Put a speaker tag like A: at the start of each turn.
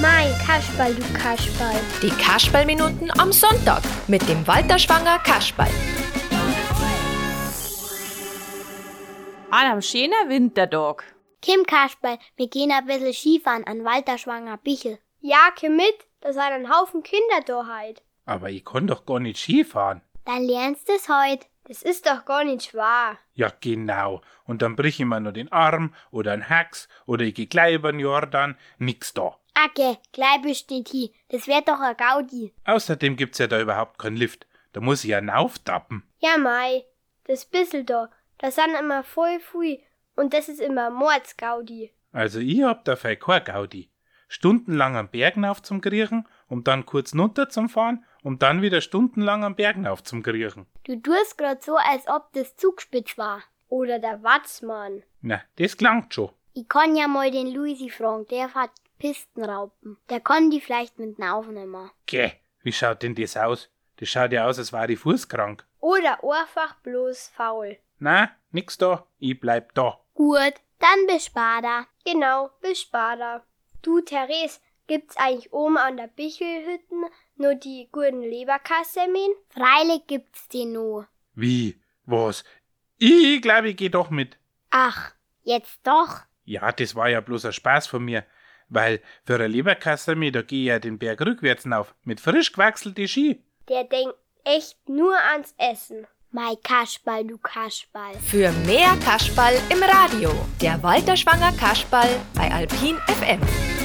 A: Mein Kasperl, du Kasperl.
B: Die Kasperlminuten am Sonntag mit dem Walter Schwanger Kasperl.
C: An einem schönen Wintertag.
D: Kim Kasperl, wir gehen ein bisschen Skifahren an Walterschwanger Bichel.
A: Ja, komm mit, da sind ein Haufen Kinder da halt.
E: Aber ich kann doch gar nicht Skifahren.
D: Dann lernst du's heut.
A: Das ist doch gar nicht wahr.
E: Ja, genau. Und dann brich ich mir nur den Arm oder ein Hax oder ich geh gleich über den Jordan. Nix da.
D: Acke, gleich bist nicht hier. Das wär doch ein Gaudi.
E: Außerdem gibt's ja da überhaupt keinen Lift. Da muss ich ja nauftappen.
A: Ja, Mai, das bissel da, das sind immer voll fui und das ist immer Mordsgaudi.
E: Also ich hab da viel kein Gaudi. Stundenlang am Bergen auf zum Kriechen, um dann kurz runter zum Fahren, um dann wieder stundenlang am Bergen auf zum Kriechen.
D: Du tust grad so, als ob das Zugspitz war.
A: Oder der Watzmann.
E: Na, das klangt schon.
D: Ich kann ja mal den Luisi fragen, der hat Pistenraupen. Der kann die vielleicht mit aufnehmen.
E: Gäh, wie schaut denn das aus? Das schaut ja aus, als wäre ich fußkrank.
A: Oder einfach bloß faul.
E: Na, nix da, ich bleib da.
D: Gut, dann bis später.
A: Genau, bis später. Du, Therese, gibt's eigentlich oben an der Bichelhütten nur die guten Leberkassemin?
D: Freilich gibt's den nur.
E: Wie? Was? Ich glaube, ich geh doch mit.
D: Ach, jetzt doch.
E: Ja, das war ja bloß ein Spaß von mir. Weil für eine Leberkassemi, da geh ich ja den Berg rückwärts auf, mit frisch gewachselte Ski.
A: Der denkt echt nur ans Essen.
D: Mein Kasperl, du Kasperl.
B: Für mehr Kasperl im Radio. Der Walter Schwanger Kasperl bei Alpin FM.